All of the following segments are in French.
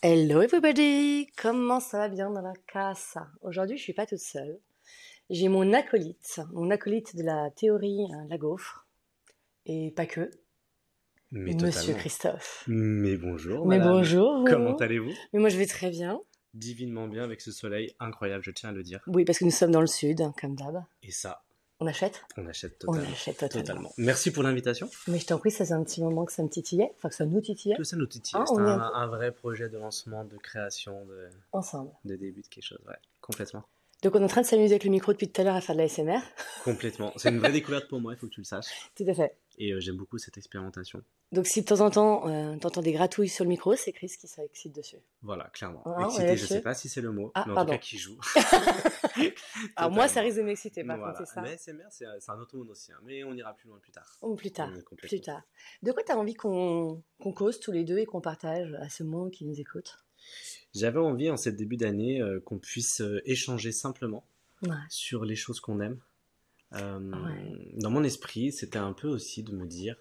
Hello everybody! Comment ça va bien dans la casa? Aujourd'hui, je suis pas toute seule. J'ai mon acolyte, mon acolyte de la théorie hein, de la gaufre, et pas que, Mais Monsieur totalement. Christophe. Mais bonjour. Mais madame. bonjour! Comment vous. allez-vous Mais moi, je vais très bien. Divinement bien avec ce soleil incroyable, je tiens à le dire. Oui, parce que nous sommes dans le sud, hein, comme d'hab. Et ça, On achète? on achète On totalement. achète totalement. Totalement. Merci pour l'invitation. Mais je t'en prie, ça faisait un petit moment que ça me titillait, enfin que ça nous titillait, Tout ça nous titille. Ah, C'est on y est un, un un vrai projet de lancement, de création, de, ensemble. de début de quelque chose. Ouais, complètement. Donc, on est en train de s'amuser avec le micro depuis tout à l'heure à faire de la SMR. Complètement. C'est une vraie découverte pour moi, il faut que tu le saches. Tout à fait. Et euh, j'aime beaucoup cette expérimentation. Donc, si de temps en temps, euh, t'entends des gratouilles sur le micro, c'est Chris qui s'excite dessus. Voilà, clairement. Ah, Excité, ouais, je je- sais pas si c'est le mot, Ah, mais en pardon. tout cas qui joue. Alors, moi, ça Totalement. risque de m'exciter, par Voilà. contre, c'est ça. Mais SMR, c'est un- c'est un autre monde aussi. hein. Mais on ira plus loin plus tard. Ou plus tard. On est complètement- Plus tard. De quoi t'as envie qu'on qu'on cause tous les deux et qu'on partage à ce monde qui nous écoute J'avais envie en ce début d'année euh, qu'on puisse euh, échanger simplement Ouais. sur les choses qu'on aime. Euh, Ouais. Dans mon esprit, c'était un peu aussi de me dire,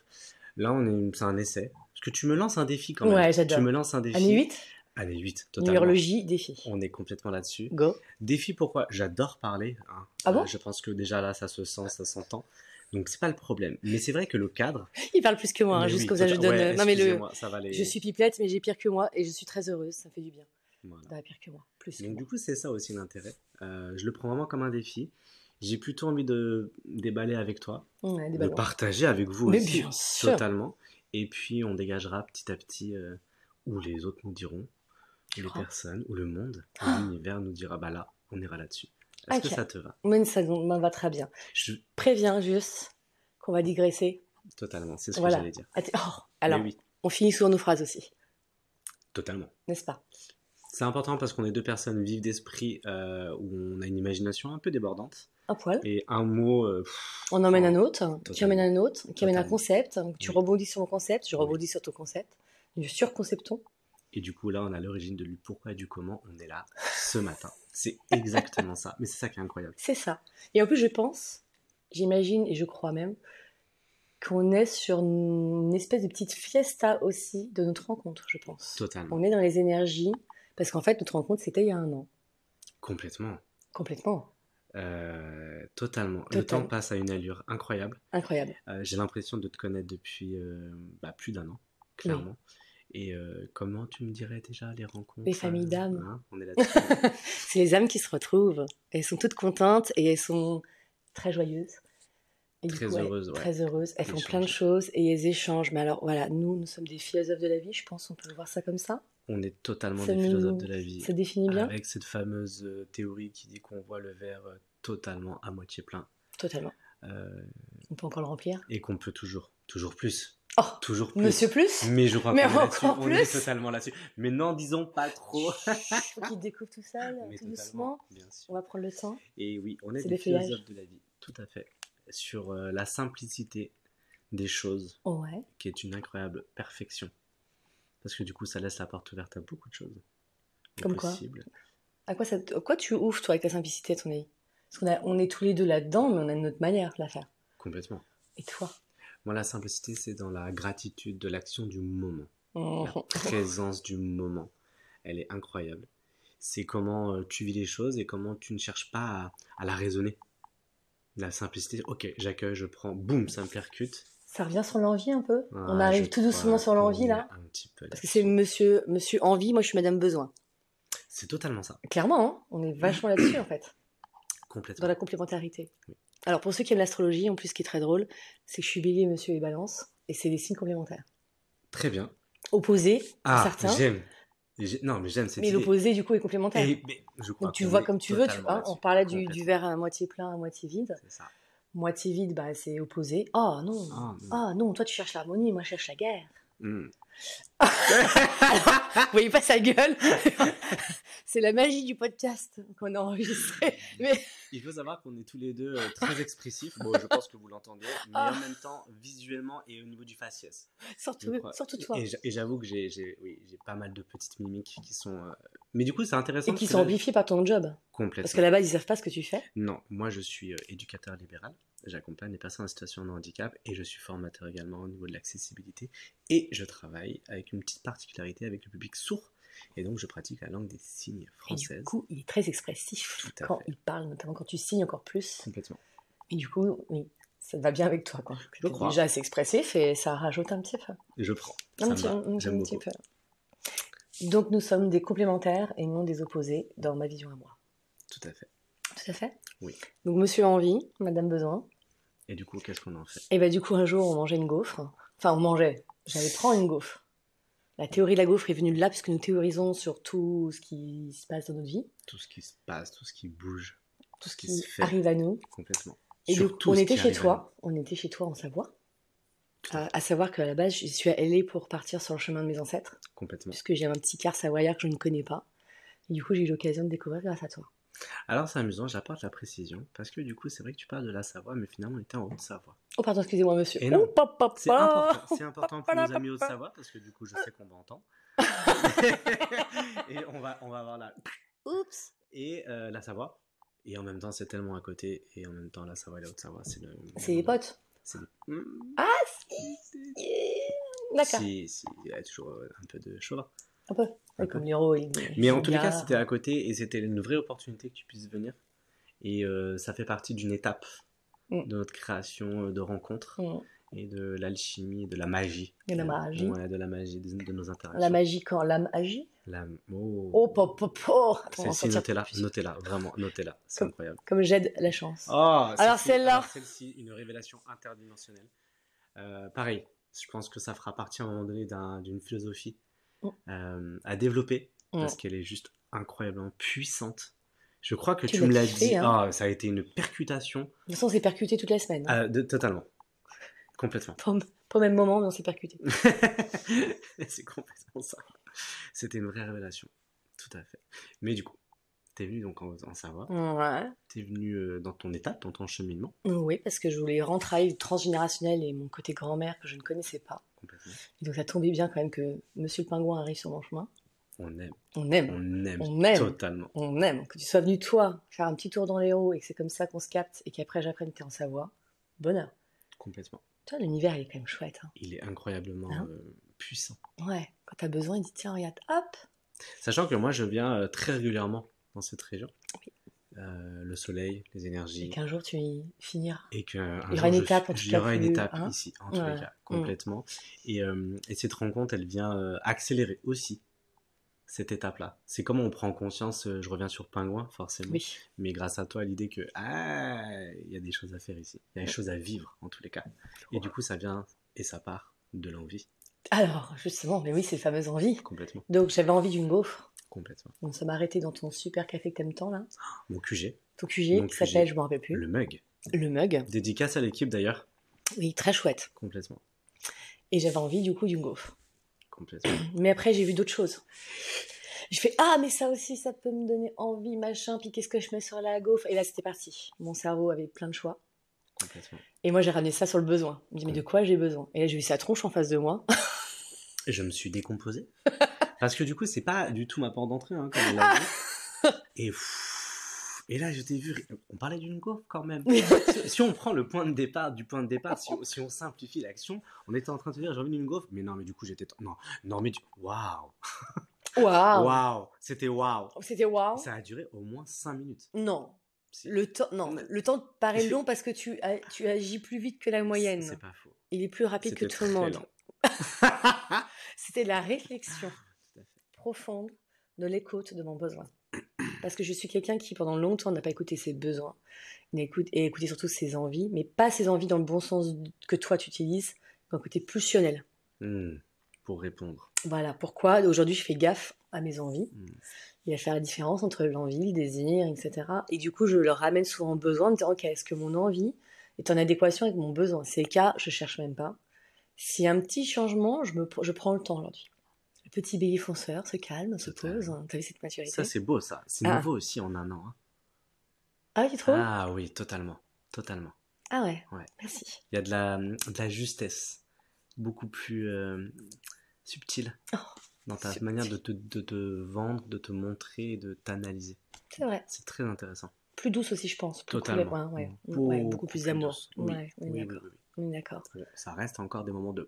là on est, c'est un essai. Parce que tu me lances un défi quand même. Ouais, j'adore. Tu me lances un défi. Année 8 Année 8, totalement. Numérologie, défi. On est complètement là-dessus. Go. Défi pourquoi J'adore parler. hein. Ah bon Je pense que déjà là, ça se sent, ça s'entend. Donc c'est pas le problème. Mais c'est vrai que le cadre. Il parle plus que moi, hein, Mais juste oui, comme ça je tota- donne. ouais, non mais le. excusez-moi, ça va les- Je suis pipelette, mais j'ai pire que moi et je suis très heureuse, ça fait du bien. Voilà. Bah, pire que moi, plus. que Ah. Donc moi. du coup, c'est ça aussi l'intérêt. Euh, je le prends vraiment comme un défi. J'ai plutôt envie de déballer avec toi, Ouais, des de ballons. partager avec vous Mais aussi, bien sûr. totalement. Et puis on dégagera petit à petit euh, où les autres nous diront, où les crois. personnes, où le monde, où Oh. Ah. l'univers nous dira, bah là, on ira là-dessus. Est-ce que Ok. ça te va Une seconde, ça me va très bien. Je- Préviens juste qu'on va digresser. Totalement, c'est ce Voilà. que j'allais dire. Att- Oh, alors, Mais oui, on finit souvent nos phrases aussi, totalement. n'est-ce pas C'est important parce qu'on est deux personnes vives d'esprit euh, où on a une imagination un peu débordante. Un poil. Et un mot, euh, pff, On emmène un autre, tu Totalement. emmènes un autre, qui emmène un Totalement. concept, tu Oui. rebondis sur mon concept, je Oui. rebondis sur ton concept, du surconcepton. Et du coup, là, on a l'origine de lui pourquoi et du comment on est là ce matin. C'est exactement ça. Mais c'est ça qui est incroyable. C'est ça. Et en plus, je pense, j'imagine et je crois même qu'on est sur une espèce de petite fiesta aussi de notre rencontre, je pense. Totalement. On est dans les énergies, parce qu'en fait, notre rencontre, c'était il y a un an. Complètement. Complètement. Euh, totalement. Le Total. temps passe à une allure incroyable. Incroyable. Euh, J'ai l'impression de te connaître depuis euh, bah, plus d'un an, clairement. Et euh, comment tu me dirais déjà les rencontres Les familles euh, d'âmes. hein, On est là C'est les âmes qui se retrouvent. Elles sont toutes contentes et elles sont très joyeuses. Et du Très elles- heureuses, ouais. Très heureuses. Elles font Échangent. plein de choses et elles échangent. Mais alors voilà, nous, nous sommes des philosophes de la vie, je pense, on peut voir ça comme ça. On est totalement Ça des philosophes nous- de la vie. Ça définit bien Avec cette fameuse euh, théorie qui dit qu'on voit le verre euh, totalement à moitié plein. Totalement. Euh, On peut encore le remplir. et qu'on peut toujours, toujours plus, Oh toujours plus. Monsieur Plus Mais je crois Mais qu'on est encore là-dessus, on est plus totalement là-dessus. Mais n'en disons pas trop. Faut qu'il découvre tout ça, là, Mais tout totalement, doucement. Bien sûr. On va prendre le temps. Et oui, on est C'est des des feuillages. philosophes de la vie, tout à fait. Sur euh, la simplicité des choses, Ouais. qui est une incroyable perfection. Parce que du coup, ça laisse la porte ouverte à beaucoup de choses. Comme quoi possibles. À quoi, ça te- à quoi tu ouvres, toi, avec la simplicité, à ton avis Parce qu'on a- on est tous les deux là-dedans, mais on a notre manière de la faire. Complètement. Et toi Moi, la simplicité, c'est dans la gratitude de l'action du moment. Mmh. la présence du moment. Elle est incroyable. C'est comment euh, tu vis les choses et comment tu ne cherches pas à, à la raisonner. La simplicité, ok, j'accueille, je prends, boum, ça me percute. Ça revient sur l'envie un peu On Ah, arrive je tout crois doucement sur qu'on l'envie, est là Un petit peu. Parce que c'est monsieur, monsieur envie, moi je suis madame besoin. C'est totalement ça, Clairement, hein, on est vachement là-dessus en fait, dans complètement. la complémentarité. Alors pour ceux qui aiment l'astrologie, en plus ce qui est très drôle, c'est que je suis bélier, monsieur et balance, et c'est des signes complémentaires. Très bien. Opposés, pour Ah, certains, j'aime. J'ai- Non, mais j'aime cette mais idée. l'opposé du coup est complémentaire. Et- mais je crois Donc tu qu'on vois est comme tu veux, tu totalement vois, là-dessus. on parlait du, du Complètement. verre à moitié plein, à moitié vide. C'est ça. Moitié vide, bah, c'est opposé. Ah non, ah Ah, non. non, toi tu cherches l'harmonie, moi je cherche la guerre. Mm. Vous voyez pas sa gueule C'est la magie du podcast qu'on a enregistré. Mais- Il faut savoir qu'on est tous les deux euh, très expressifs. Bon, je pense que vous l'entendez, mais Ah. en même temps, visuellement et au niveau du faciès. Surtout, Je crois. surtout toi. Et j'a- Et j'avoue que j'ai, j'ai- oui, j'ai pas mal de petites mimiques qui sont. euh, Mais du coup, c'est intéressant. Et qui parce sont que là, amplifiés par ton job. Complètement. Parce qu'à la base, ils savent pas ce que tu fais. Non, moi je suis euh, éducateur libéral. J'accompagne les personnes en situation de handicap et je suis formateur également au niveau de l'accessibilité. Et je travaille avec une petite particularité avec le public sourd Et donc, je pratique la langue des signes Et du française. coup, il est très expressif Tout à quand fait. Mm. il parle, notamment quand tu signes encore plus. Complètement. Et du coup, oui, ça te va bien avec toi. Quoi. Je T'es crois. déjà assez expressif et ça rajoute un petit peu. Je prends. Ça Un me petit, va. un J'aime petit beaucoup. peu. Donc, nous sommes des complémentaires et non des opposés dans ma vision à moi. Tout à fait. Tout à fait Oui. Donc, monsieur a envie, madame besoin. Et du coup, qu'est-ce qu'on en fait Et bah, du coup, un jour, on mangeait une gaufre. Enfin, on mangeait. J'allais prendre une gaufre. La théorie de la gaufre est venue de là, puisque nous théorisons sur tout ce qui se passe dans notre vie, Tout ce qui se passe, tout ce qui bouge tout ce Qui qui se fait. arrive à nous. complètement. Et Sur donc, tout on ce était qui chez arrive à toi, on était chez toi en Savoie. À, à savoir qu'à la base, je suis allée pour partir sur le chemin de mes ancêtres, nous, Complètement. puisque j'ai un petit quart savoyard que je ne connais pas. Et du coup, j'ai eu l'occasion de découvrir grâce à toi. Alors, c'est amusant, j'apporte la précision. Parce que du coup, c'est vrai que tu parles de la Savoie, mais finalement, on était en Haute-Savoie. Oh, pardon, excusez-moi, monsieur. Et non. Oh, papa, C'est important, c'est important pour nos amis papa. Haute-Savoie, parce que du coup, je sais qu'on m'entend. Et on va, on va avoir la Oups. et euh, la Savoie. Et en même temps, c'est tellement à côté. Et en même temps, la Savoie et la Haute-Savoie, c'est le. C'est les potes. C'est des- Hmm. Ah, D'accord. Si, si, il y a toujours euh, un peu de chauvin. Un peu. Un Oui, peu. comme Liro et Mais en tous les cas, Julia. c'était à côté et c'était une vraie opportunité que tu puisses venir. Et euh, ça fait partie d'une étape Mm. de notre création euh, de rencontres Mm. et de l'alchimie, et de la magie. Euh, De la magie. Ouais, de la magie, de, de nos interactions. La magie quand l'âme agit. La- Oh, Oh, pop, pop, pop. Attends, on va Celle-ci, sortir notez-la, tout de suite. notez-la, vraiment, notez-la. C'est Comme- incroyable. Comme j'aide la chance. Oh, Alors, celle-ci- celle-là. alors, Celle-ci, une révélation interdimensionnelle. Euh, pareil, je pense que ça fera partie à un moment donné d'un- d'une philosophie Mm. euh, à développer parce Mm. qu'elle est juste incroyablement puissante. Je crois que Tu tu, l'as me l'as kiffé, dit. hein. Ah, ça a été une percutation. De toute façon, on s'est percuté toute la semaine. hein. euh, de- totalement. Complètement. Pas, au- pas au même moment, mais on s'est percuté. C'est complètement ça. C'était une vraie révélation. Tout à fait. Mais du coup, t'es venu donc en, en savoir. Ouais. T'es venu euh, dans ton étape, dans ton cheminement. Oui, parce que je voulais rentrer le transgénérationnel et mon côté grand-mère que je ne connaissais pas. Complètement. Et donc ça tombait bien quand même que Monsieur le Pingouin arrive sur mon chemin. On aime. On aime, On aime. on aime, Totalement. on aime. Que tu sois venu toi faire un petit tour dans les hauts et que c'est comme ça qu'on se capte et qu'après j'apprenne que t'es en Savoie. Bonheur. Complètement. Toi, l'univers il est quand même chouette. hein. Il est incroyablement Hein euh, puissant. Ouais. Quand t'as besoin, il dit tiens regarde, hop. Sachant que moi, je viens euh, très régulièrement dans cette région. Oui. Euh, le soleil, les Et énergies. qu'un jour tu y finiras. Et que, un Il y aura jour, une je étape, suis- en tout il y cas, aura une plus- étape hein ici, en tous Ouais. les cas, complètement. Et, euh, et cette rencontre, elle vient euh, accélérer aussi cette étape-là. C'est comment on prend conscience, euh, je reviens sur Pingouin, forcément, Oui. mais grâce à toi, l'idée que, ah, il y a des choses à faire ici, il y a des choses à vivre, en tous les cas. Et du coup, ça vient, et ça part, de l'envie, Alors justement, mais oui, c'est fameuse envie. complètement, Donc j'avais envie d'une gaufre. complètement. On s'est arrêté dans ton super café que t'aimes tant là. Mon QG, Ton QG Mon qui QG. s'appelle, je m'en rappelle plus. le mug. le mug. Dédicace à l'équipe d'ailleurs. Oui, très chouette. Complètement. Et j'avais envie du coup d'une gaufre. Complètement. Mais après, j'ai vu d'autres choses. Je fais Ah, mais ça aussi, ça peut me donner envie, machin, puis qu'est-ce que je mets sur la gaufre Et là, c'était parti. Mon cerveau avait plein de choix. complètement. Et moi, j'ai ramené ça sur le besoin. Je me dis, mais de quoi j'ai besoin Et là, j'ai vu sa tronche en face de moi. Et je me suis décomposé. Parce que du coup, c'est pas du tout ma porte d'entrée, hein, comme on l'a dit. Et, pff, et là, je t'ai vu. On parlait d'une gaufre quand même. Si, si on prend le point de départ du point de départ, si, on- si on simplifie l'action, on était en train de se dire j'ai envie d'une gaufre. Mais non, mais du coup, j'étais. Non, non, mais du Waouh Waouh Waouh C'était waouh C'était waouh Ça a duré au moins 5 minutes. Non. Si. Le temps, non, le temps te paraît long parce que tu, a- tu agis plus vite que la C'est moyenne. pas faux. Il est plus rapide que C'était tout le très monde. lent. C'était de la réflexion Ah, Tout à fait. profonde de l'écoute de mon besoin. Parce que je suis quelqu'un qui, pendant longtemps, n'a pas écouté ses besoins, n'écoute et écouté surtout ses envies, mais pas ses envies dans le bon sens que toi tu utilises, d'un côté pulsionnel. Hmm, Pour répondre. Voilà pourquoi aujourd'hui je fais gaffe à mes envies Mm. et à faire la différence entre l'envie, le désir, etc. Et du coup, je leur ramène souvent besoin, me dire ok, est-ce que mon envie est en adéquation avec mon besoin Si C'est le cas, je cherche même pas. Si un petit changement, je, me, pr- je prends le temps aujourd'hui. Le petit bélier fonceur se calme, se Totalement. pose. hein. T'as vu cette maturité Ça, c'est beau, ça. C'est Ah. nouveau aussi en un an. hein. Ah, tu trouves ah. Ah oui, totalement. Totalement. ouais. Ouais. Merci. Il y a de la, de la justesse, beaucoup plus euh, subtile Oh, dans ta subtil. manière de te, de te vendre, de te montrer, de t'analyser. C'est vrai. C'est très intéressant. Plus douce aussi, je pense. Plus cool, Totalement. ouais, ouais. Ouais, Beaucoup Beaucoup, plus plus d'amour. douce. Oui. Ouais, on est Oui, oui, d'accord. oui, oui. On est d'accord. Ça reste encore des moments de.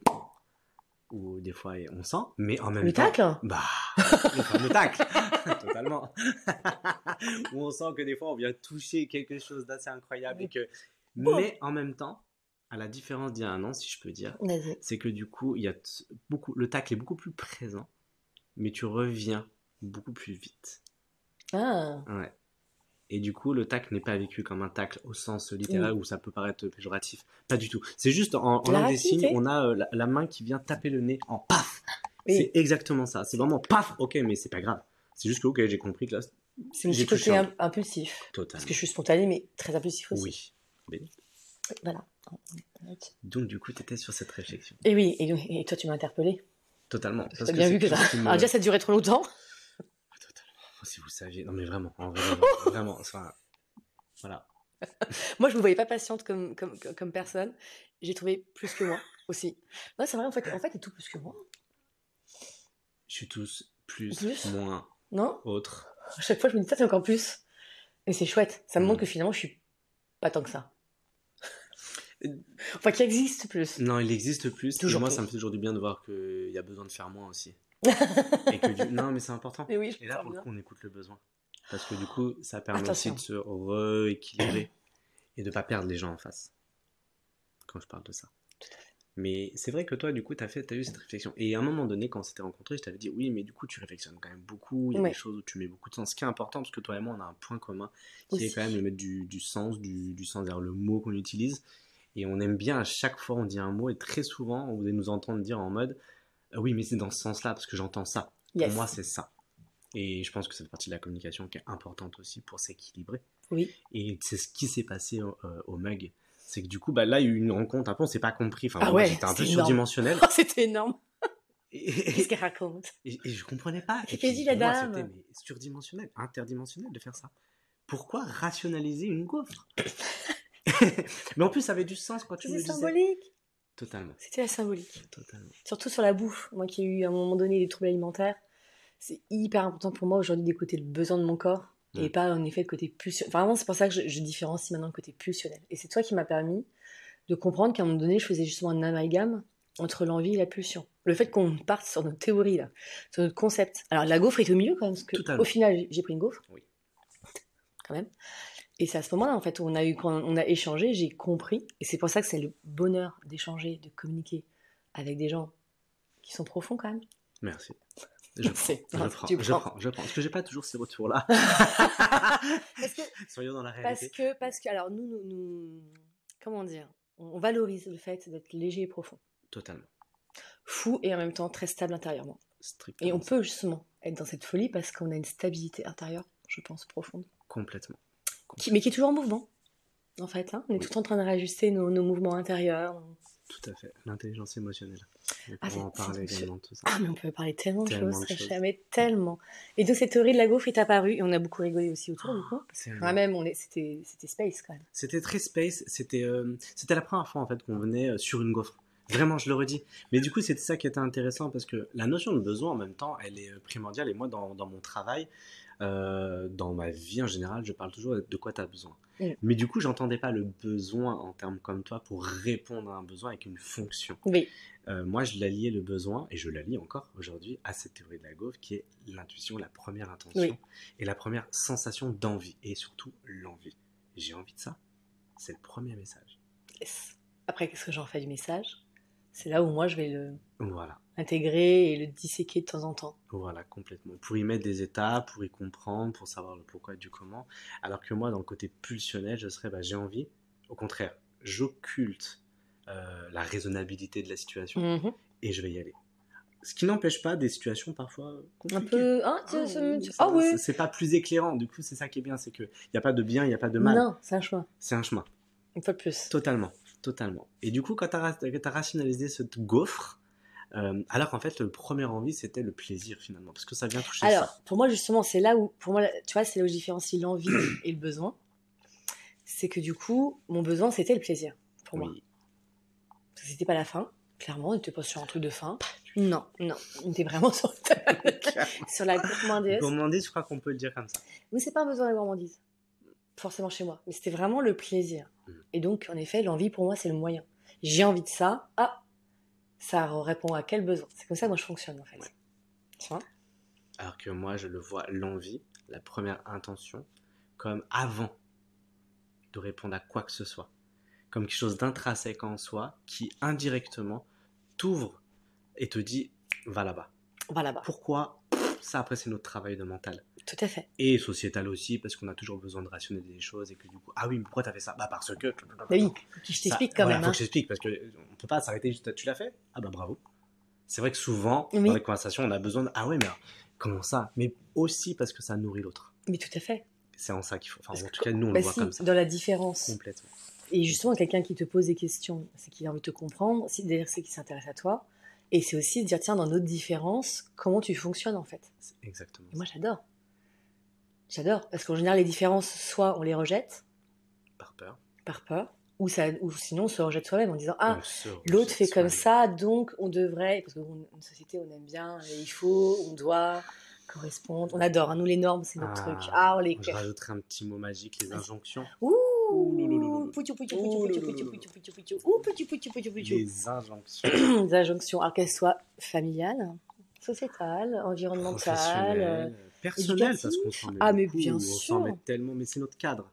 où des fois on sent, mais en même Le temps. tacle Bah, les femmes de tacle, totalement. Où on sent que des fois on vient toucher quelque chose d'assez incroyable et que. Bon. Mais en même temps, à la différence d'il y a un an, si je peux dire, Vas-y. c'est que du coup, il y a t- beaucoup, le tacle est beaucoup plus présent, mais tu reviens beaucoup plus vite. Ah, Ouais. Et du coup, le tacle n'est pas vécu comme un tacle au sens littéral où ça peut paraître péjoratif. Pas du tout. C'est juste en, en La langue des signes, rapidité. on a euh, la, la main qui vient taper le nez en paf. Oui. C'est exactement ça. C'est vraiment paf. Ok, mais c'est pas grave. C'est juste que ok, j'ai compris que là, c'est c'est mon J'ai petit côté touché un- im- impulsif. Parce totalement. que je suis spontanée, mais très impulsif aussi. Oui. Voilà. Donc du coup, t'étais sur cette réflexion. Et oui, et, donc- et toi, tu m'as interpellée. Euh. Totalement. T'as bien vu que ça. Alors, déjà, ça durait trop longtemps. Totalement. Oh, Si vous saviez. Non mais vraiment, en vrai, vraiment, vraiment. Enfin, voilà. Moi, je me voyais pas patiente comme, comme, comme comme personne. J'ai trouvé plus que moi aussi. Non, c'est vrai, en fait, en fait, t'es tout plus que moi. Je suis tous plus, Plus. moins, Non autres. À chaque fois, je me dis, ça, c'est encore plus. Mais c'est chouette. Ça me Mm. montre que finalement, je suis pas tant que ça. enfin, qu'il existe plus. Non, il existe plus. Toujours et moi, plus. ça me fait toujours du bien de voir qu'il y a besoin de faire moins aussi. et que du- Non, mais c'est important. Mais oui, je Et là, comprends pour le bien. coup, on écoute le besoin. Parce que du coup, ça permet Attention. aussi de se rééquilibrer et de pas perdre les gens en face. Quand je parle de ça. Mais c'est vrai que toi, du coup, tu as, as eu cette réflexion. Et à un moment donné, quand on s'était rencontrés, je t'avais dit oui, mais du coup, tu réflexionnes quand même beaucoup. Il y a Ouais. des choses où tu mets beaucoup de sens. Ce qui est important, parce que toi et moi, on a un point commun qui est Aussi. quand même de mettre du, du sens, du, du sens vers le mot qu'on utilise. Et on aime bien à chaque fois on dit un mot et très souvent on voulait nous entendre dire en mode Ah oui mais c'est dans ce sens-là parce que j'entends ça. Yes. Pour moi c'est ça. Et je pense que cette partie de la communication qui est importante aussi pour s'équilibrer. Oui. Et c'est ce qui s'est passé au, euh, au mug. C'est que du coup bah là il y a eu une rencontre un peu on s'est pas compris. Enfin Ah moi ouais, j'étais un peu c'est énorme. surdimensionnel. Oh, c'était énorme. Et, et- Qu'est-ce qu'elle raconte et, et je comprenais pas. Qu'est-ce Et qu'elle dit, puis, la pour moi, dame C'était mais, surdimensionnel, interdimensionnel de faire ça. Pourquoi rationaliser une gaufre Mais en plus, ça avait du sens quand tu me C'est le disais. symbolique. Totalement, C'était la symbolique. totalement. Surtout sur la bouffe. Moi qui ai eu à un moment donné des troubles alimentaires, c'est hyper important pour moi aujourd'hui d'écouter le besoin de mon corps et Ouais. pas en effet le côté pulsionnel. Vraiment, c'est pour ça que je, je différencie maintenant le côté pulsionnel. Et c'est toi qui m'a permis de comprendre qu'à un moment donné, je faisais justement un amalgame entre l'envie et la pulsion. Le fait qu'on parte sur notre théorie, là, sur notre concept. Alors la gaufre est au milieu quand même, parce que Totalement. au final, j'ai- j'ai pris une gaufre. Oui. Quand même. Et c'est à ce moment-là, en fait, où on a eu, quand on a échangé, j'ai compris. Et c'est pour ça que c'est le bonheur d'échanger, de communiquer avec des gens qui sont profonds quand même. Merci. Je prends, C'est- je non, prends, tu je prends. prends, je prends. Parce que j'ai pas toujours ces retours-là. Parce que, Soyons dans la parce réalité. que, parce que, alors nous, nous, nous- comment dire, on on valorise le fait d'être léger et profond, Totalement. fou et en même temps très stable intérieurement. Strictement. Et on peut justement être dans cette folie parce qu'on a une stabilité intérieure, je pense, profonde, Complètement. qui- mais qui est toujours en mouvement. En fait, hein. on est Oui. tout le temps en train de réajuster nos, nos mouvements intérieurs. Tout à fait. L'intelligence émotionnelle. On Ah, pourra c'est- en parler c'est- également de tout ça. Ah, mais on peut parler tellement de Tellement choses, de choses. Sacha, mais tellement. Et donc cette théorie de la gaufre est apparue et on a beaucoup rigolé aussi autour du coup. C'est Quand même, on est, c'était, c'était space quand même. C'était très space, c'était euh, c'était la première fois en fait qu'on venait euh, sur une gaufre. Vraiment, je le redis. Mais du coup, c'était ça qui était intéressant parce que la notion de besoin en même temps, elle est euh, primordiale. Et moi, dans, dans mon travail, euh, dans ma vie en général, je parle toujours de quoi tu as besoin. Mm. Mais du coup, j'entendais pas le besoin en termes comme toi pour répondre à un besoin avec une fonction. Oui, Euh, moi, je l'alliais le besoin, et je la lis encore aujourd'hui, à cette théorie de la gaufre qui est l'intuition, la première intention Oui. et la première sensation d'envie, et surtout l'envie. J'ai envie de ça C'est le premier message. yes. Après, qu'est-ce que j'en fais du message C'est là où moi je vais le, Voilà, intégrer et le disséquer de temps en temps. voilà, complètement. Pour y mettre des étapes, pour y comprendre, pour savoir le pourquoi et du comment. Alors que moi, dans le côté pulsionnel, je serais, bah, j'ai envie. Au contraire, j'occulte euh, la raisonnabilité de la situation Mm. Mm-hmm. et je vais y aller. Ce qui n'empêche pas des situations parfois Un compliquées. peu. Ah, Ah, tiens, ce- oui, ah ça- oui c'est- C'est pas plus éclairant, du coup, c'est ça qui est bien, c'est qu'il n'y a pas de bien, il n'y a pas de mal. Non, c'est un chemin. C'est un chemin, Une fois de plus. totalement, totalement. Et du coup, quand tu as, rationalisé cette gaufre, euh, alors qu'en fait, le premier envie, c'était le plaisir finalement, parce que ça vient toucher ça. Alors, pour moi, justement, c'est là où. Pour moi, la- tu vois, c'est là où je différencie l'envie et le besoin. C'est que du coup, mon besoin, c'était le plaisir. Pour moi. Oui, Parce que c'était pas la faim. Clairement, on n'était pas sur un truc de faim. Non, non. On était vraiment sur, sur la gourmandise. Gourmandise, je crois qu'on peut le dire comme ça. Mais c'est pas un besoin de la gourmandise, forcément chez moi. Mais c'était vraiment le plaisir. Mm. Et donc, en effet, l'envie pour moi, c'est le moyen. J'ai envie de ça. Ah, ça répond à quel besoin. C'est comme ça que moi je fonctionne en fait. Ouais. Tu vois Alors que moi, je le vois, l'envie, la première intention, comme avant de répondre à quoi que ce soit. Comme quelque chose d'intrinsèque en soi qui indirectement t'ouvre et te dit va là-bas. Va là-bas. Pourquoi Ça, après, c'est notre travail de mental. bah, Tout à fait. Et sociétal aussi, parce qu'on a toujours besoin de rationner des choses et que du coup, ah oui, mais pourquoi t'as fait ça Bah parce que. Mais oui, faut que je Ça- t'explique quand voilà, même. faut hein. que j'explique parce qu'on peut pas s'arrêter juste. Tu l'as fait Ah bah bravo. C'est vrai que souvent, Oui. dans les conversations, on a besoin de. Ah ouais, mais alors, comment ça Mais aussi parce que ça nourrit l'autre. Mais tout à fait. C'est en ça qu'il faut. Enfin, Parce en que- tout cas, nous, on bah le voit si, comme ça. dans la différence. Complètement. Et justement, quelqu'un qui te pose des questions, c'est qu'il a envie de te comprendre, c'est d'ailleurs c'est qu'il s'intéresse à toi. Et c'est aussi de dire, tiens, dans notre différence, comment tu fonctionnes en fait C'est Exactement. Et moi, j'adore. J'adore. Parce qu'en général, les différences, soit on les rejette Par peur. par peur, ou, ça, ou sinon on se rejette soi-même en disant, ah, On se l'autre fait rejette comme ça, donc on devrait. Parce que bon, une société, on aime bien, et il faut, on doit correspondre. On adore. hein, nous, les normes, c'est notre Ah, truc. Ah, on les. Je rajouterai un petit mot magique, les Vas-y. injonctions. Ouh, poutou, poutou, poutou, poutou, poutou, poutou, poutou, poutou. Ouh, poutou, poutou, poutou, poutou. Les injonctions. des injonctions, alors qu'elles soient familiales, sociétales, Oh, environnementales. euh, Professionnelles, personnelles, parce qu'on s'en met Ah, mais beaucoup, bien on sûr. s'en met tellement, mais c'est notre cadre.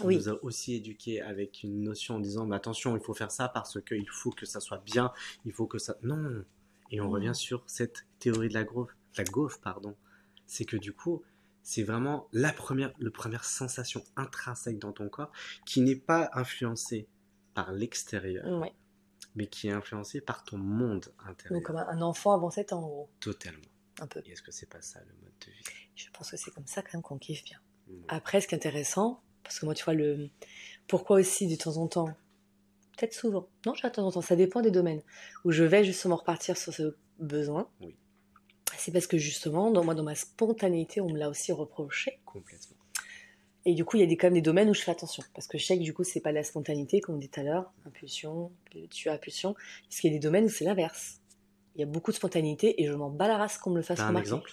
On euh, Oui. nous a aussi éduqués avec une notion en disant mais attention, il faut faire ça parce qu'il faut que ça soit bien, il faut que ça. Non Et on Mm. revient sur cette théorie de la gaufre, la gaufre pardon. C'est que du coup, c'est vraiment la première, le première sensation intrinsèque dans ton corps qui n'est pas influencée par l'extérieur, ouais. mais qui est influencée par ton monde intérieur. Donc comme un- un enfant avant 7 ans, en gros, Totalement. un peu. Et est-ce que c'est pas ça le mode de vie Je pense que c'est comme ça quand même qu'on kiffe bien. Mm. Après, ce qui est intéressant, parce que moi, tu vois, le pourquoi aussi de temps en temps, peut-être souvent, non, je dirais de temps en temps, ça dépend des domaines, où je vais justement repartir sur ce besoin. Oui. C'est parce que justement, dans, moi, dans ma spontanéité, on me l'a aussi reproché. Complètement. Et du coup, il y a des, quand même des domaines où je fais attention. Parce que je sais que du coup, c'est pas la spontanéité, comme on dit tout à l'heure, impulsion, tu as impulsion. Parce qu'il y a des domaines où c'est l'inverse. Il y a beaucoup de spontanéité et je m'en bats la race qu'on me le fasse T'as un remarquer. exemple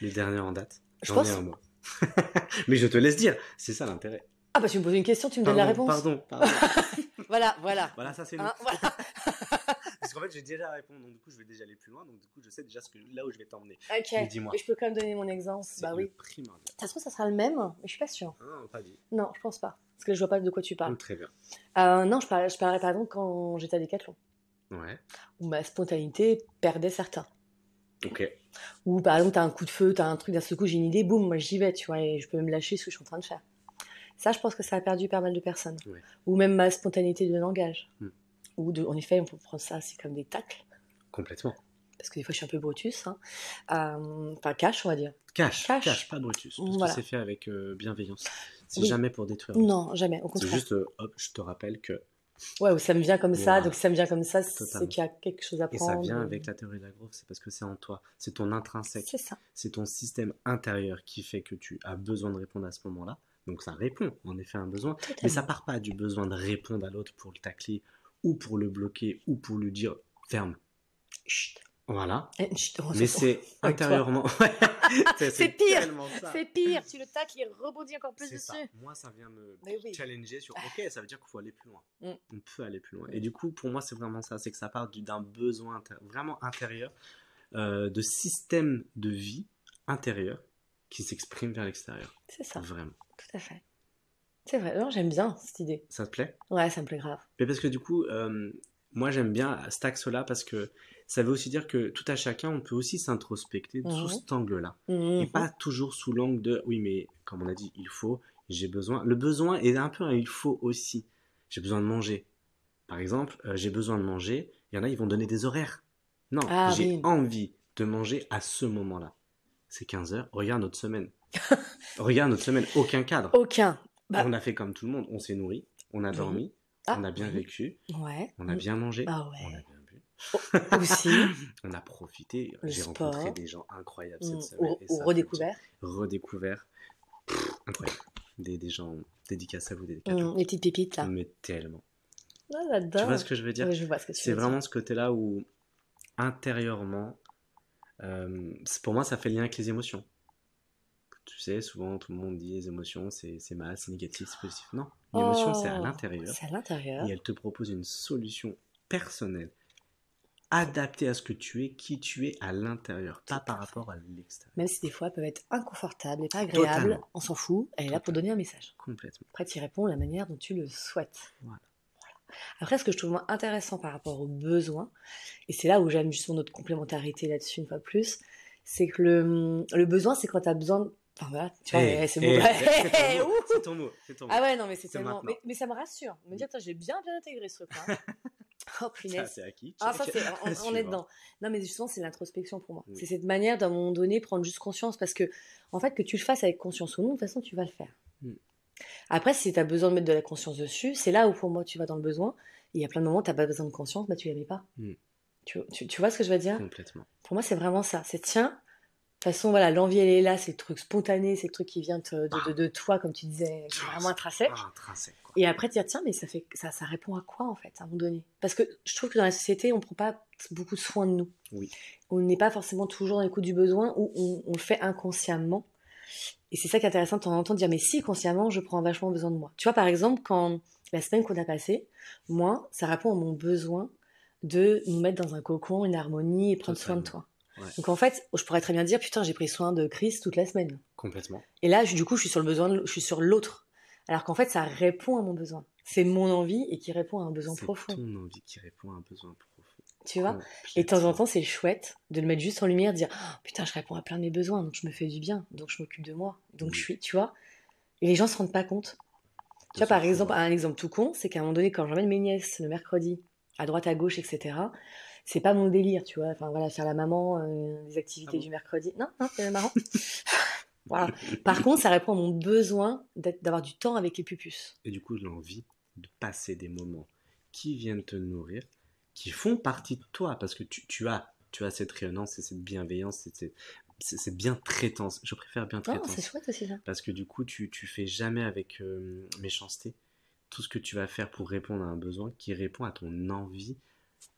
Le dernier en date. Je J'en pense. ai un moi. mais je te laisse dire, c'est ça l'intérêt. Ah bah tu me poses une question, tu me Pardon, donnes la réponse. Pardon, pardon. Voilà, voilà. voilà, ça c'est nous. Hein, voilà. Parce qu'en fait, j'ai déjà la réponse, donc du coup, je vais déjà aller plus loin, donc du coup, je sais déjà ce que, là où je vais t'emmener. Ok. Mais dis-moi. Mais je peux quand même donner mon exemple. C'est Bah le oui. primordial. Ça se trouve, ça sera le même, mais je suis pas sûre. Ah, pas dit. Non, je pense pas. Parce que je vois pas de quoi tu parles. Donc, très bien. Euh, non, je parlais, je parlais par exemple quand j'étais à Decathlon, Ouais. où ma spontanéité perdait certains. Ok. Ou par exemple, t'as un coup de feu, t'as un truc, d'un seul coup, j'ai une idée, boum, moi j'y vais, tu vois, et je peux me lâcher ce que je suis en train de faire. Ça, je pense que ça a perdu pas mal de personnes. Ouais. Ou même ma spontanéité de langage. Hmm. Ou de, en effet, on peut prendre ça c'est comme des tacles, Complètement. parce que des fois je suis un peu brutus, hein. Euh, enfin cash, on va dire. Cache, Cache. cache, pas Brutus. Parce Voilà. que c'est fait avec euh, bienveillance. C'est Oui. jamais pour détruire. Non, jamais, au C'est contraire. juste, euh, hop, je te rappelle que. Ouais, ou ça me vient comme ça, Wow. donc si ça me vient comme ça, c'est Totalement. qu'il y a quelque chose à Et ça prendre. vient avec la théorie de la grosse, c'est parce que c'est en toi. C'est ton intrinsèque. C'est ça. c'est ton système intérieur qui fait que tu as besoin de répondre à ce moment-là. Donc ça répond en effet à un besoin, mais ça Totalement. part pas du besoin de répondre à l'autre pour le tacler ou pour le bloquer ou pour lui dire ferme. Chut. Voilà. Eh, chut, on Mais s'en- c'est Ouais, intérieurement. c'est C'est pire. tellement ça. C'est pire, tu le tacles, il rebondit encore plus C'est ça. dessus. Moi, ça vient me Mais oui. Ah. challenger sur OK, ça veut dire qu'il faut aller plus loin. Mm. On peut aller plus loin. Mm. Et du coup, pour moi, c'est vraiment ça. C'est que ça part du- d'un besoin intér- vraiment intérieur, euh, de système de vie intérieur qui s'exprime vers l'extérieur. C'est ça, Vraiment. tout à fait. C'est vrai, non, j'aime bien cette idée. Ça te plaît Ouais, ça me plaît grave. Mais parce que du coup, euh, moi, j'aime bien cet axe-là parce que ça veut aussi dire que tout à chacun, on peut aussi s'introspecter Mhm. sous cet angle-là. Mhm. Et pas toujours sous l'angle de oui, mais comme on a dit, il faut, j'ai besoin. Le besoin est un peu un il faut aussi. J'ai besoin de manger. Par exemple, euh, j'ai besoin de manger. Il y en a, ils vont donner des horaires. Non, Ah, j'ai oui. envie de manger à ce moment-là. C'est 15 heures. Regarde notre semaine. Regarde notre semaine. Aucun cadre. Aucun. Bah- On a fait comme tout le monde. On s'est nourri. On a Oui. dormi. Ah, on a bien oui. vécu. Ouais. On a bien mangé. Ah On a ouais. bien bu. Aussi. On a profité. Le J'ai sport. rencontré des gens incroyables mm, cette semaine. ou, et ou ça, redécouvert. faut le dire. Redécouvert. Pff, incroyable. Des, des gens dédicaces à vous, dédicaces. Mm, les petites pépites là. Mais tellement. Ah, j'adore. Tu vois ce que je veux dire Ouais, je vois ce que tu C'est veux dire. vraiment ce côté-là où, intérieurement, euh, c'est- pour moi, ça fait lien avec les émotions. Tu sais, souvent, tout le monde dit les émotions, c'est c'est mal, c'est négatif, c'est positif. Non, l'émotion, c'est à Oh, l'intérieur. C'est à l'intérieur. Et elle te propose une solution personnelle adapté à ce que tu es, qui tu es à l'intérieur, pas par rapport à l'extérieur. Même si des fois elles peuvent être inconfortables et pas agréables, Totalement. on s'en fout, elle est là pour Totalement. donner un message. Complètement. Après, tu y réponds de la manière dont tu le souhaites. Voilà. Voilà. Après, ce que je trouve moi, intéressant par rapport aux besoins, et c'est là où j'aime justement notre complémentarité là-dessus une fois de plus, c'est que le, le besoin, c'est quand tu as besoin. Enfin voilà, tu vois, Eh, eh, c'est eh, mon- c'est ton mot, Ouh c'est ton mot, c'est ton mot. Ah ouais, non, mais c'est C'est tellement. maintenant. Mais, mais ça me rassure. Me dire, Putain, j'ai bien, bien intégré ce truc-là. oh, Ça, punaise. c'est acquis. Ah, ça, Check. c'est, on- on, est Suivant. dedans. Non, mais justement, c'est l'introspection pour moi. Oui. C'est cette manière, d'un moment donné, prendre juste conscience. Parce que, en fait, que tu le fasses avec conscience ou non, de toute façon, tu vas le faire. Mm. Après, si tu as besoin de mettre de la conscience dessus, c'est là où, pour moi, tu vas dans le besoin. Il y a plein de moments où tu pas besoin de conscience, bah, tu la mets pas. Mm. Tu, tu- tu vois ce que je veux dire Complètement. Pour moi, c'est vraiment ça. C'est tiens, de toute façon, voilà, l'envie, elle est là. C'est le truc spontané, c'est le truc qui vient te- de, de- de toi, comme tu disais, qui est vraiment intrinsèque. Ah, intrinsèque, quoi. Et après, te dire, tiens, mais ça, fait, ça, ça répond à quoi, en fait, à un moment donné Parce que je trouve que dans la société, on ne prend pas beaucoup de soin de nous. Oui. On n'est pas forcément toujours dans l'écoute du besoin ou on, on le fait inconsciemment. Et c'est ça qui est intéressant de t'en entendre dire, mais si, consciemment, je prends vachement besoin de moi. Tu vois, par exemple, quand la semaine qu'on a passée, moi, ça répond à mon besoin de nous mettre dans un cocon, une harmonie et prendre soin Totalement. de toi. Ouais. Donc en fait, je pourrais très bien dire, putain, j'ai pris soin de Chris toute la semaine. Complètement. Et là, je- du coup, je suis sur le besoin, de- je suis sur l'autre. Alors qu'en fait, ça répond à mon besoin. C'est mon envie et qui répond à un besoin C'est profond. ton envie qui répond à un besoin profond. Tu vois Et de temps en temps, c'est chouette de le mettre juste en lumière, de dire Oh, putain, je réponds à plein de mes besoins, donc je me fais du bien, donc je m'occupe de moi, donc Oui. je suis, tu vois. Et les gens se rendent pas compte. Complètement. Tu vois, par Faut exemple, voir. un exemple tout con, c'est qu'à un moment donné, quand j'emmène mes nièces le mercredi, à droite, à gauche, etc., c'est pas mon délire, tu vois. Enfin, voilà, faire la maman, euh, des activités Ah bon du mercredi. Non, non, c'est marrant. voilà. Par contre, ça répond à mon besoin d'être- d'avoir du temps avec les pupus. Et du coup, l'envie de passer des moments qui viennent te nourrir, qui font partie de toi, parce que tu, tu as, tu as cette rayonnance et cette bienveillance, et cette, c'est- cette bien traitance. Je préfère bien Ah Non, traitance. c'est chouette aussi, ça. parce que du coup, tu, tu fais jamais avec euh, méchanceté tout ce que tu vas faire pour répondre à un besoin qui répond à ton envie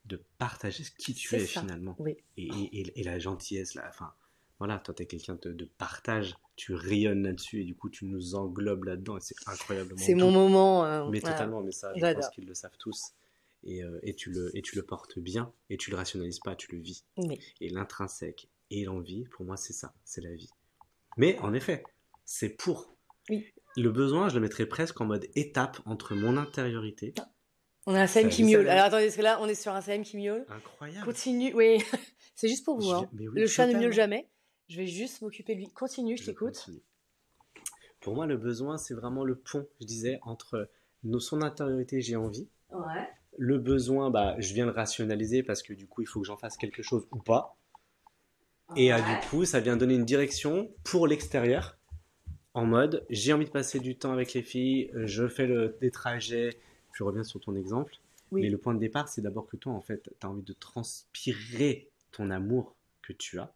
de partager ce qui tu C'est es ça. finalement. Oui. Et, et- et la gentillesse, là, enfin, voilà, toi, t'es quelqu'un de, de partage, tu rayonnes là-dessus et du coup, tu nous englobes là-dedans et c'est incroyablement C'est doux. mon moment. euh, Mais voilà. totalement, mais ça, je J'adore. pense qu'ils le savent tous. Et, euh, et, tu le, et tu le portes bien, et tu le rationalises pas, tu le vis. Oui. Et l'intrinsèque et l'envie, pour moi, c'est ça, c'est la vie. Mais en effet, c'est pour. Oui. Le besoin, je le mettrais presque en mode étape entre mon intériorité. On a un Sam Ça, qui ça, miaule. ça, Alors attendez, parce que là, on est sur un Sam qui miaule. Incroyable. Continue, oui. c'est juste pour vous. Je hein. viens- mais oui, Le chat ne totalement. miaule jamais. Je vais juste m'occuper de lui. Continue, je Je t'écoute. continue. Pour moi, le besoin, c'est vraiment le pont, je disais, entre nos- son intériorité, j'ai envie. Ouais. Le besoin, bah, je viens le rationaliser parce que du coup, il faut que j'en fasse quelque chose ou pas. Et euh, du coup, ça vient donner une direction pour l'extérieur, en mode j'ai envie de passer du temps avec les filles, euh, je fais le, des trajets. Je reviens sur ton exemple. Oui. Mais le point de départ, c'est d'abord que toi, en fait, tu as envie de transpirer ton amour que tu as.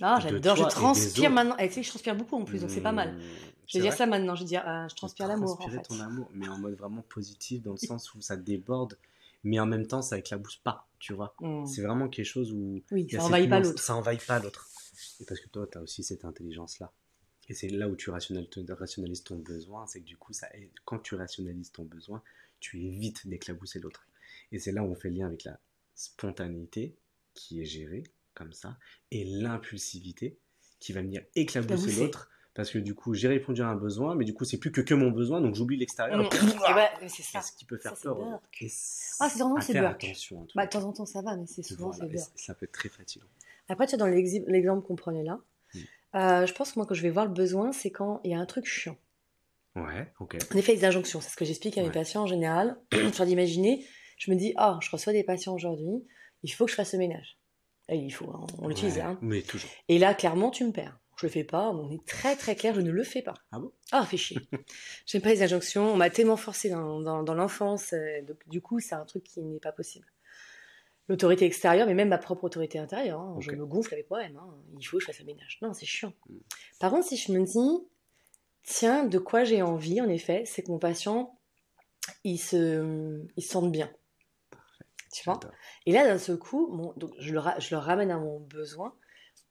Ah, de j'adore. Je toi et des transpire autres. maintenant. Eh, tu sais que je transpire beaucoup en plus, donc c'est pas mal. Mmh, Je c'est vais dire vrai ça maintenant. Je vais dire, euh, je transpire de l'amour en transpirer fait. ton amour, mais en mode vraiment positif, dans le sens où ça déborde, mais en même temps, ça éclabousse pas, tu vois. Mm. C'est vraiment quelque chose où Oui, Il y ça a cette envahit pas nuance- l'autre. Ça envahit pas l'autre. Et parce que toi, tu as aussi cette intelligence-là. Et c'est là où tu rationnal- te- rationalises ton besoin, c'est que du coup, ça, aide- quand tu rationalises ton besoin, tu évites d'éclabousser l'autre. Et c'est là où on fait le lien avec la spontanéité, qui est gérée, comme ça, et l'impulsivité, qui va venir éclabousser Éclabousser. l'autre, parce que du coup, j'ai répondu à un besoin, mais du coup, c'est plus que, que mon besoin, donc j'oublie l'extérieur. Mm. Et Eh ben, mais c'est ça. ce qui peut faire c'est peur. aux Burke. autres. Et Ah, c'est vraiment, à c'est faire Burke. attention, en tout Bah, de cas. temps en temps, ça va, mais c'est souvent Voilà. c'est Et dur. ça peut être très fatigant. Après, tu vois, dans l'exi- l'exemple qu'on prenait là, Mm. euh, je pense que moi, quand je vais voir le besoin, c'est quand il y a un truc chiant. Ouais, ok. En effet, les injonctions, c'est ce que j'explique à mes Ouais. patients en général. Je leur dis, imaginez, je me dis, ah, je reçois des patients aujourd'hui, il faut que je fasse le ménage. Et il faut, hein, on l'utilise Ouais, là. hein. Mais toujours. Et là, clairement, tu me perds. Je le fais pas, on est très très clair, je ne le fais pas. Ah bon Ah, fais chier. J'aime pas les injonctions, on m'a tellement forcé dans, dans- dans l'enfance, euh, donc du coup, c'est un truc qui n'est pas possible. L'autorité extérieure, mais même ma propre autorité intérieure, hein, je Ok. me gonfle avec moi-même, hein, il faut que je fasse le ménage. Non, c'est chiant. Mm. Par contre, si je me dis, tiens, de quoi j'ai envie, en effet, c'est que mon patient, il se, il se sente bien. Tu vois J'adore. et là, d'un seul coup, mon- donc, je, le ra- je le ramène à mon besoin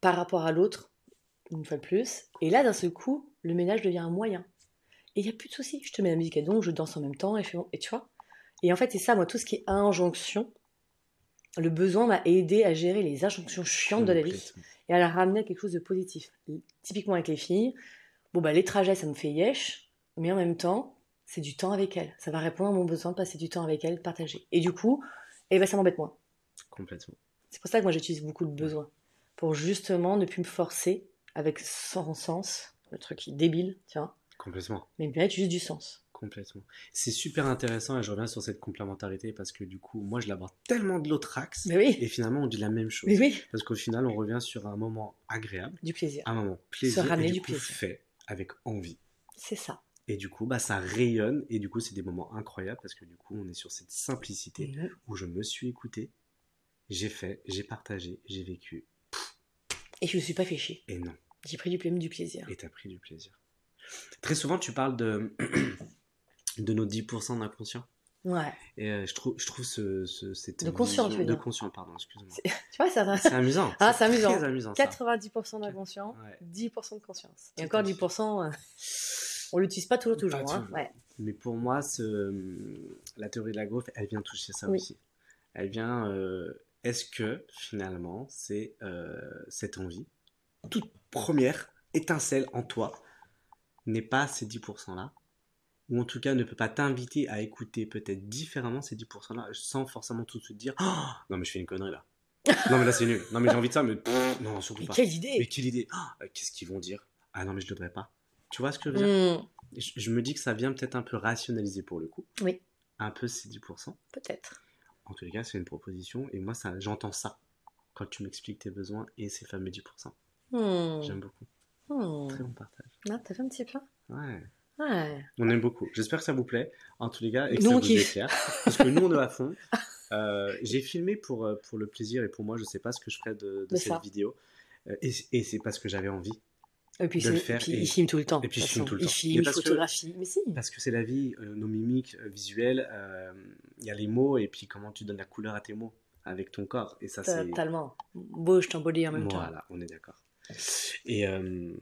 par rapport à l'autre, une fois de plus. Et là, d'un seul coup, le ménage devient un moyen. Et il n'y a plus de souci. Je te mets la musique à donc, je danse en même temps, et, je fais mon- et tu vois. Et en fait, c'est ça, moi, tout ce qui est injonction, le besoin m'a aidé à gérer les injonctions chiantes de la vie Complètement. et à la ramener à quelque chose de positif. Et typiquement avec les filles, bon bah les trajets ça me fait yesh, mais en même temps c'est du temps avec elles. Ça va répondre à mon besoin de passer du temps avec elles, de partager. Et du coup, eh ben ça m'embête moins. Complètement. C'est pour ça que moi j'utilise beaucoup de besoins pour justement ne plus me forcer avec sans sens, le truc qui est débile, tu vois, Complètement. mais bien juste du sens. Complètement. C'est super intéressant et je reviens sur cette complémentarité parce que du coup, moi, je l'aborde tellement de l'autre axe Mais oui, et finalement, on dit la même chose. mais oui, Parce qu'au final, on revient sur un moment agréable, du plaisir. un moment plaisir ramener et du, du coup plaisir. fait avec envie. C'est ça. Et du coup, bah, ça rayonne et du coup, c'est des moments incroyables parce que du coup, on est sur cette simplicité Mhm. où je me suis écouté, j'ai fait, j'ai partagé, j'ai vécu Et je ne suis pas fait chier. et non, J'ai pris du même du plaisir. et t'as pris du plaisir. Très souvent, tu parles de, de nos 10% d'inconscient. Ouais. Et euh, je trouve, je trouve ce, ce- cette De conscient, vision- tu veux de dire. conscient, pardon, excuse-moi. Tu vois, ça, C'est amusant. Ah, c'est amusant. Très amusant. ça. 90% d'inconscient, Ouais. 10% de conscience. Tout Et encore à fait. 10%, euh, on l'utilise pas toujours, toujours. hein. toujours. Ouais. Mais pour moi, ce, la théorie de la gaufre, elle vient toucher ça Oui. aussi. Elle vient. euh, Est-ce que finalement, c'est euh, cette envie, toute première étincelle en toi, n'est pas ces 10% là, ou en tout cas ne peut pas t'inviter à écouter peut-être différemment ces 10% là, sans forcément tout de suite dire, Ah, non mais je fais une connerie là. Non mais là c'est nul. Non mais j'ai envie de ça, mais pff, non surtout Mais pas. quelle Mais idée quelle idée Ah, euh, Qu'est-ce qu'ils vont dire Ah non, mais je ne devrais pas. Tu vois ce que je veux dire Hmm, je, je me dis que ça vient peut-être un peu rationaliser pour le coup. Oui. Un peu ces 10%. Peut-être. En tous les cas, c'est une proposition. Et moi, ça, j'entends ça quand tu m'expliques tes besoins et ces fameux 10%. Hmm, J'aime beaucoup. hmm. Très bon partage. Ah, t'as fait un petit peu Ouais. Ouais. On aime beaucoup. J'espère que ça vous plaît, en tous les cas, et que Nous, ça on vous kiffe. éclaire. Parce que nous, on est à fond. Euh, J'ai filmé pour, euh, pour le plaisir et pour moi, je sais pas ce que je ferais de, de De cette ça. vidéo. Euh, Et, et c'est parce que j'avais envie. Et puis, De le c'est- faire puis et- il filme tout le temps. et puis de il toute filme façon. tout le Il temps. Mais filme, il parce que- photographie. Mais si. Parce que c'est la vie, euh, nos mimiques euh, visuelles, euh, il y a les mots et puis comment tu donnes la couleur à tes mots avec ton corps. Et ça, c'est. Totalement. Beau, je t'embody en même temps. Voilà, on est d'accord. Et, euh,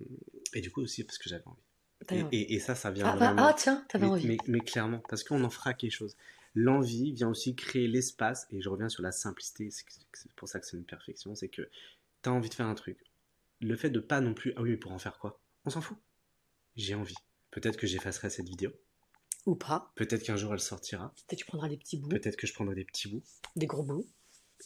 et du coup aussi parce que j'avais envie. T'as Et- envie. Et, et ça, ça vient Ah, bah, vraiment. ah, tiens, t'avais mais, envie. mais- mais clairement, parce qu'on en fera quelque chose. L'envie vient aussi créer l'espace, et je reviens sur la simplicité, c'est que- c'est pour ça que c'est une perfection, c'est que t'as envie de faire un truc. Le fait de pas non plus, ah oui, mais pour en faire quoi On s'en fout. J'ai envie. Peut-être que j'effacerai cette vidéo, Ou pas. peut-être qu'un jour elle sortira, Peut-être tu prendras des petits bouts, Peut-être que je prendrai des petits bouts. des gros bouts.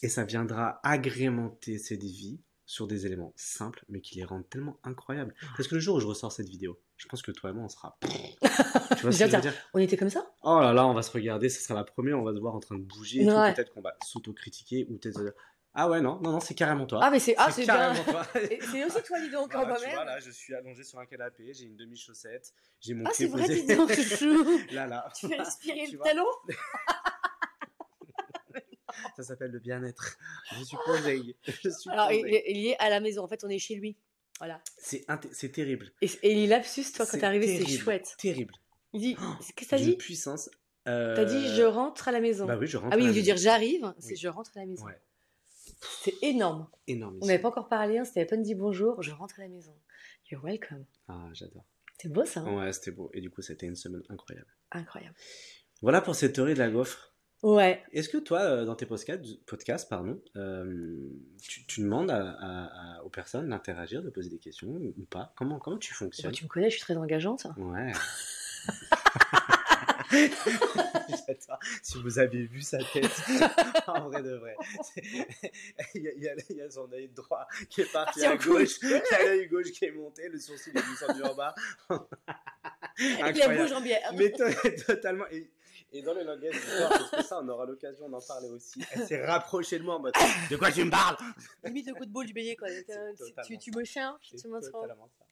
Et ça viendra agrémenter cette vie sur des éléments simples, mais qui les rendent tellement incroyables. Ah. Parce que le jour où je ressors cette vidéo, je pense que toi et moi, on sera. tu vois ce que je veux dire On était comme ça Oh là là, on va se regarder, ça sera la première, on va se voir en train de bouger. et tout. Ouais. Peut-être qu'on va s'autocritiquer ou peut-être. se dire, Ah ouais, non, non, non, c'est carrément toi. Ah, mais c'est ah, c'est bien. carrément toi. Et C'est aussi toi, dis donc, Voilà, quand tu même. vois, là, je suis allongé sur un canapé, j'ai une demi-chaussette, j'ai mon Ah, pied c'est vrai, posé. dis donc, chou. là, là, Tu fais respirer Tu le vois. talon ça s'appelle le bien-être. Je suis posé. Je suis Alors, il, posé. il- il est à la maison. En fait, on est chez lui. Voilà. C'est inté- c'est terrible. Et, et les lapsus, toi, quand C'est t'es arrivé, c'est terrible, chouette. Terrible. Il dit, qu'est-ce que t'as D'une dit puissance. euh, T'as dit, je rentre à la maison. Bah oui, je rentre. ah oui, à la il veut maison. dire, j'arrive, c'est Oui. je rentre à la maison. Ouais, C'est énorme. énorme. On n'avait pas encore parlé, on s'était à peine dit bonjour, je rentre à la maison. You're welcome. Ah, j'adore. C'est beau ça, hein Ouais, c'était beau. Et du coup, c'était une semaine incroyable. incroyable. Voilà pour cette théorie de la gaufre. Ouais, Est-ce que toi, euh, dans tes podcasts, podcasts pardon, euh, tu, tu demandes à- à- à- aux personnes d'interagir, de poser des questions ou ou pas comment, comment tu Bon, fonctionnes tu me connais, je suis très engageante. Ouais. J'adore. Si vous avez vu sa tête, en vrai de vrai, C'est- il y, a- il y a- il y a son œil droit qui est parti Parti en à gauche, il y a l'œil gauche qui est monté, le sourcil est descendu en bas. Avec la Incroyable. bouche hein, en bière. Mais to- totalement. Et, et dans le langage du corps, parce que ça, on aura l'occasion d'en parler aussi. Elle s'est rapprochée de moi en mode De quoi tu me parles Limite le coup de boule du bélier, quoi. euh, Tu- totalement Tu, tu me chiens, C'est tu m'entends. totalement ça.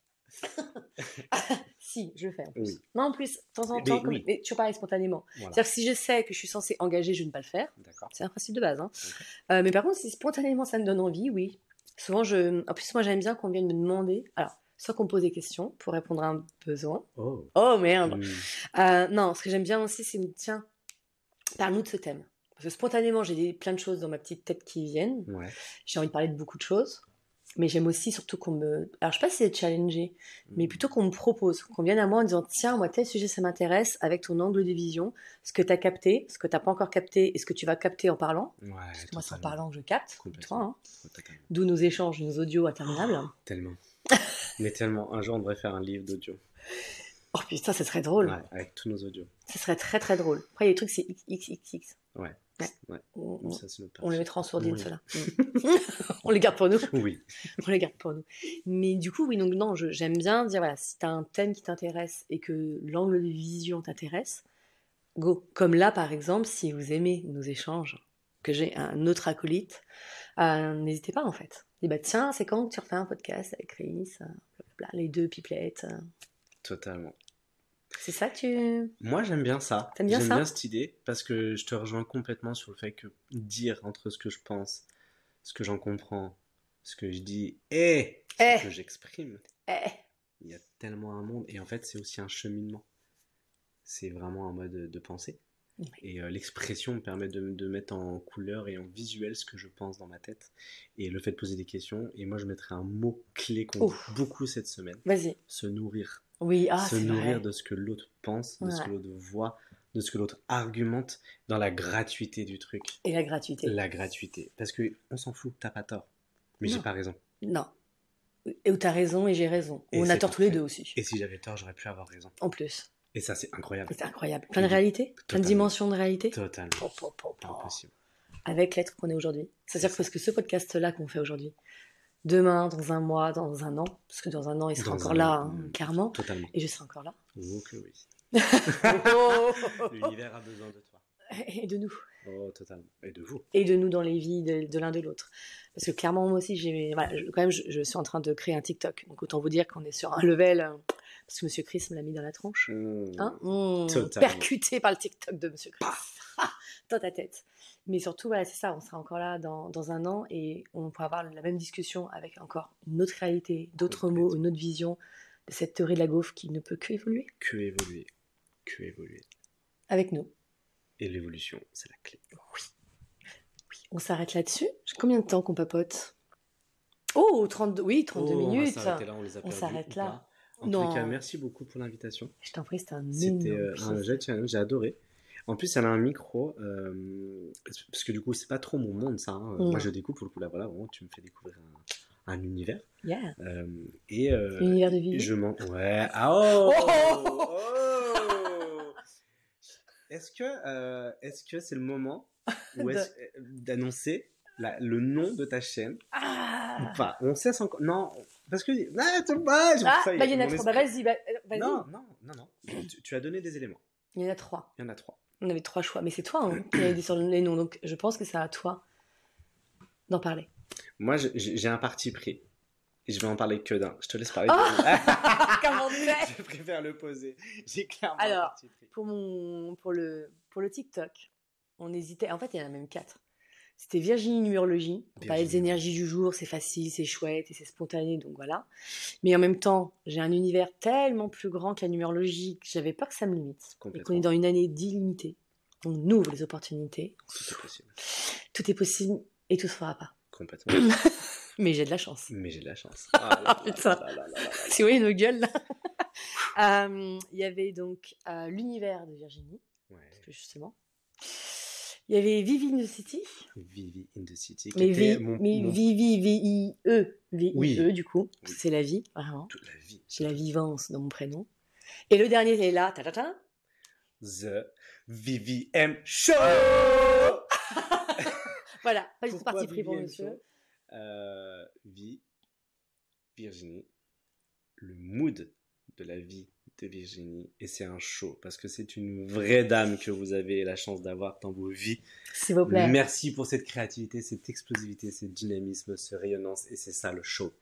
Si, je le fais en plus. Oui. Non, en plus, de temps en Mais temps, comme- oui. mais toujours pareil, spontanément. Voilà. C'est-à-dire que si je sais que je suis censée engager, je vais ne pas le faire. D'accord. C'est un principe de base. hein. Euh, mais par contre, si spontanément ça me donne envie, oui. Souvent, je... en plus, moi, j'aime bien qu'on vienne me demander. Alors, soit qu'on me pose des questions pour répondre à un besoin. Oh. Oh merde Mm. Euh, Non, ce que j'aime bien aussi, c'est me dire, tiens, parle-nous de ce thème. Parce que spontanément, j'ai des- plein de choses dans ma petite tête qui viennent. Ouais. J'ai envie de parler de beaucoup de choses. Mais j'aime aussi surtout qu'on me. Alors, je sais pas si c'est challenger, Mmh. mais plutôt qu'on me propose, qu'on vienne à moi en disant Tiens, moi, tel sujet, ça m'intéresse, avec ton angle de vision, ce que tu as capté, ce que tu pas encore capté et ce que tu vas capter en parlant. Ouais, Parce que moi, c'est en totalement, parlant que je capte, Complètement. Ah. toi, hein. totalement. d'où nos échanges, nos audios interminables. Tellement. Mais tellement. Un jour, on devrait faire un livre d'audio. Oh putain, ça serait drôle. Ouais, avec tous nos audios. Ça serait très très drôle. Après, il y a des trucs, c'est XXX. Ouais. Ouais. Ouais. On, on- Ça, c'est notre on les mettra en sourdine, Oui. ceux-là. Mm. on les garde pour nous. Oui. on les garde pour nous. Mais du coup, oui, donc non, je- j'aime bien dire, voilà, si t'as un thème qui t'intéresse et que l'angle de vision t'intéresse, go. Comme là, par exemple, si vous aimez nos échanges, que j'ai un autre acolyte, euh, n'hésitez pas, en fait. Dis, bah tiens, c'est quand que tu refais un podcast avec Chris euh, blablabla, Les deux pipelettes. euh. Totalement. C'est ça que tu... Moi, j'aime bien ça. T'aimes bien j'aime ça bien cette idée parce que je te rejoins complètement sur le fait que dire entre ce que je pense, ce que j'en comprends, ce que je dis et Eh, ce que j'exprime, eh. il y a tellement un monde. Et en fait, c'est aussi un cheminement. C'est vraiment un mode de pensée. Ouais. Et euh, l'expression me permet de, de mettre en couleur et en visuel ce que je pense dans ma tête. Et le fait de poser des questions. Et moi, je mettrais un mot clé qu'on dit Ouf. beaucoup cette semaine Vas-y. se nourrir Oui, ah, se c'est vrai. nourrir de ce que l'autre pense, de ce Ouais. que l'autre voit, de ce que l'autre argumente, dans la gratuité du truc. Et la gratuité. La gratuité. Parce que on s'en fout, t'as pas tort. Mais Non. j'ai pas raison. Non. Et où t'as raison et j'ai raison. Et on a c'est tort tous les parfait. deux aussi. Et si j'avais tort, j'aurais pu avoir raison. En plus. Et ça, c'est incroyable. C'est incroyable. Plein de Mmh. Totalement. réalités, plein de dimensions de réalité. Totalement. Po, po, po, Pas po. possible. Avec l'être qu'on est aujourd'hui. C'est-à-dire que parce que ce podcast-là qu'on fait aujourd'hui, demain, dans un mois, dans un an, parce que dans un an, il sera Dans encore un là, an, hein, mm. clairement, Totalement. et je serai encore là. Oh que oui. et L'univers a besoin de toi. de nous. Oh, totalement. Et de vous. et de nous dans les vies de, de l'un de l'autre. Parce que clairement, moi aussi, j'ai, voilà, je- quand même, je, je suis en train de créer un TikTok. Donc autant vous dire qu'on est sur un level. euh, parce que Monsieur Chris me l'a mis dans la tronche. Euh, Hein Mmh, Totalement. percuté par le TikTok de Monsieur Chris. dans ta tête. Mais surtout, voilà, c'est ça, on sera encore là dans, dans un an et on pourra avoir la même discussion avec encore une autre réalité, d'autres mots, une autre vision de cette théorie de la gaufre qui ne peut que évoluer Que évoluer. Que évoluer. avec nous. Et l'évolution, c'est la clé. On s'arrête là-dessus. Combien de temps qu'on papote Oh, 32, oui, 32 Oh, minutes. On va s'arrêter là, on les a perdus s'arrête ou là. pas. En Non. tout cas, merci beaucoup pour l'invitation. Je t'en prie, c'était un C'était énorme euh, plaisir. un jet challenge, j'ai adoré. En plus, elle a un micro, euh, parce que du coup, c'est pas trop mon monde ça. hein. Non. Moi, je découvre pour le coup là, voilà, vraiment, tu me fais découvrir un, un univers. Yeah. Euh, et euh, L'univers de vie. je m'en. Ouais, ah oh, Oh Oh Est-ce que euh, est-ce que c'est le moment où De- est-ce- euh, d'annoncer la- le nom de ta chaîne Ah, Enfin, on cesse encore. Non, parce que. Ah, tu- ah, j'ai- ah ça y est, bah, il y en a mon trois. Bah, esprit- vas-y, bah, euh, vas-y. Non, non, non, non. tu, tu as donné des éléments. Il y en a trois. Il y en a trois. On avait trois choix. Mais c'est toi hein, qui avais dit sur les noms. Donc, je pense que c'est à toi d'en parler. Moi, je- j'ai j'ai un parti pris. Et je vais en parler que d'un. Je te laisse parler. Oh de- Comment tu fais je préfère le poser. J'ai clairement un Alors. parti pris. ah, pour, mon, pour, le, pour le TikTok, on hésitait. En fait, il y en a même quatre. C'était Virginie Numérologie. On parlait des Virginie. énergies du jour, c'est facile, c'est chouette et c'est spontané, donc voilà. Mais en même temps, j'ai un univers tellement plus grand que la numérologie que j'avais peur que ça me limite. Et qu'on Complètement. est dans une année d'illimité. On ouvre les opportunités. Tout est possible. Tout est possible et tout se fera pas. Complètement. Mais j'ai de la chance. Mais j'ai de la chance. Ah, là, là, Putain. là, là, là, là, là. Si vous voyez nos gueules là. Euh, Il y avait donc euh, l'univers de Virginie, Ouais. parce que justement. Il y avait Vivi in the City, Vivi in the City. Qui mais, était vi, mon, mais mon- Vivi, E, V-I-E, V-I-E Oui. du coup, Oui. c'est la vie, vraiment. Toute la vie. J'ai la vivance dans mon prénom. Et le dernier, c'est là, ta ta ta. The Vivi M Show Ah, Voilà, pas du tout Pourquoi parti pris pour Vivi M monsieur. Show Euh, vie, Virginie, le mood de la vie de Virginie. Et c'est un show, parce que c'est une vraie dame que vous avez la chance d'avoir dans vos vies. S'il vous plaît. Merci pour cette créativité, cette explosivité, ce dynamisme, ce rayonnance. Et c'est ça le show.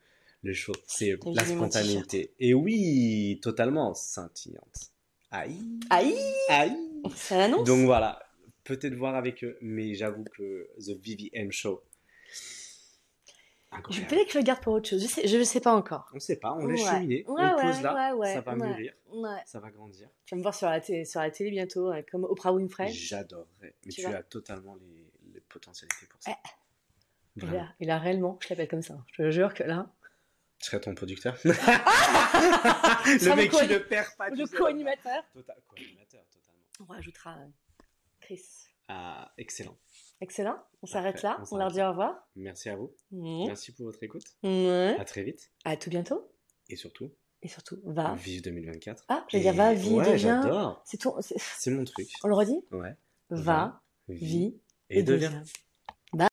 Le show, c'est T'as la vu mon t-shirt spontanéité. Et oui, totalement scintillante. Aïe, Aïe, aïe. ça l'annonce Donc voilà, peut-être voir avec eux, mais j'avoue que The VVM Show. Je vais Incroyable. peut-être que je le garde pour autre chose. Je sais, je sais pas encore. On sait pas, on laisse Ouais. cheminer, on Ouais, le pose ouais, là, ouais, ouais, ça va ouais. mûrir, Ouais. ça va grandir. Tu vas me voir sur la télé, sur la télé bientôt, euh, comme Oprah Winfrey. J'adorerais, mais Tu tu, vas- as totalement les, les potentialités pour ça. Et Vraiment. là, et là, réellement, je l'appelle comme ça. hein. Je te jure que là, Je serais ton producteur. Ça le me mec qui cogne. ne perd pas. le tu sais. co-animateur, Total- Tota-, co-animateur, totalement. on rajoutera euh, Chris. Ah, excellent. Excellent. On Parfait, s'arrête là. on On leur s'arrête dit au revoir. Merci à vous. Mouah. Merci pour votre écoute. Mouah. À très vite. À tout bientôt. Et surtout, Et surtout, va. vive 2024. Ah, j'allais dire va, vis, vie ouais, deviens. J'adore. C'est ton. c'est- C'est mon truc. On le redit Ouais. Va, Vie, Oh, vie et, devient. deviens.